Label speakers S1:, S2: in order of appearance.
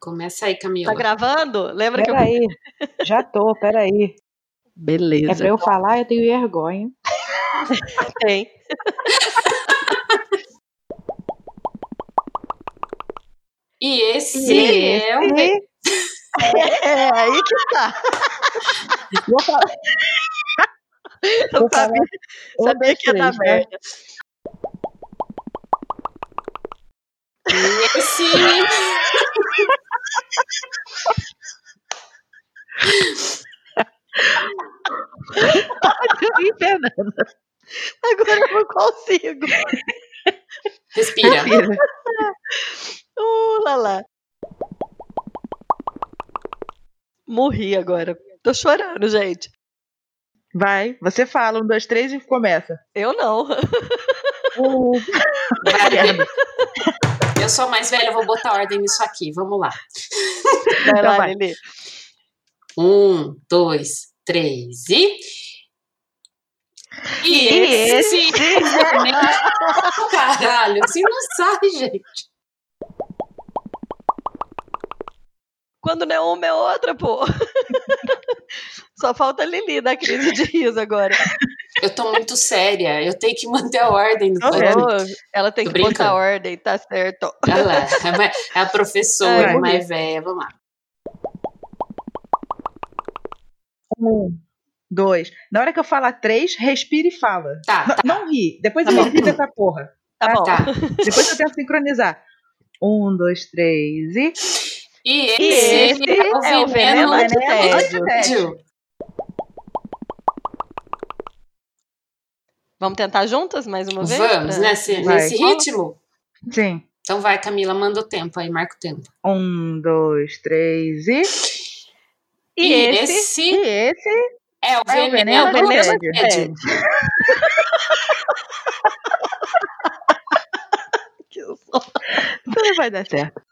S1: Começa aí, Camila.
S2: Tá gravando? Lembra
S3: Pera
S2: que eu.
S3: aí, já tô, peraí.
S2: Beleza.
S3: É pra eu falar, eu tenho vergonha.
S2: Tem.
S1: E esse
S2: E
S1: é o
S3: E
S2: É aí que tá.
S3: vou falar,
S2: Eu
S3: vou falar
S2: sabia,
S3: um,
S2: sabia
S3: dois,
S2: que ia dar
S3: três, né?
S2: merda.
S1: E esse.
S2: Ih, Fernanda. Agora eu não consigo.
S1: Respira.
S2: Uh, lá, lá. Morri agora. Tô chorando, gente.
S4: Vai, você fala, um, dois, três e começa.
S2: Eu não.
S3: um,
S1: Vai, Bia. Eu sou a mais velha, eu vou botar ordem nisso aqui. Vamos lá.
S2: Vai
S4: Então
S2: lá,
S4: vai.
S2: Lili.
S1: Um, dois, três e. E, esse. Caralho, assim não sai, gente.
S2: Quando não é uma, é outra, pô. Só falta a Lili da crise de riso agora.
S1: Eu tô muito séria. Eu tenho que manter a ordem no
S4: Tá vendo?
S1: podcast.
S2: Ô, ela tem
S1: Tô
S2: que botar
S1: brincando.
S2: ordem, tá certo.
S1: Olha lá, é mais- é a professora
S4: Ai,
S1: mais velha. Vamos lá.
S4: Um, dois. Na hora que eu falar três, respira e fala.
S1: Tá,
S4: N-
S1: tá,
S4: Não ri. Depois
S2: Tá
S4: eu
S2: bom.
S4: repito essa porra.
S3: Ah,
S2: Tá bom.
S1: tá.
S4: Depois eu tento sincronizar. Um, dois, três e.
S1: E
S2: E
S1: esse,
S2: esse é o veneno
S1: veneno
S2: antitédio.
S1: antitédio.
S2: Vamos tentar juntas mais uma vez?
S1: Vamos, Né?
S2: Pra-
S1: nesse,
S4: Vai.
S1: nesse ritmo?
S4: Sim.
S1: Então vai, Camila, manda o tempo aí, marca o tempo.
S4: Um, dois, três e.
S2: E, esse,
S4: E esse
S1: é o
S4: é o
S1: veneno,
S4: veneno
S1: do
S4: antitédio.
S1: antitédio.
S2: que eu sou-
S4: também vai dar certo.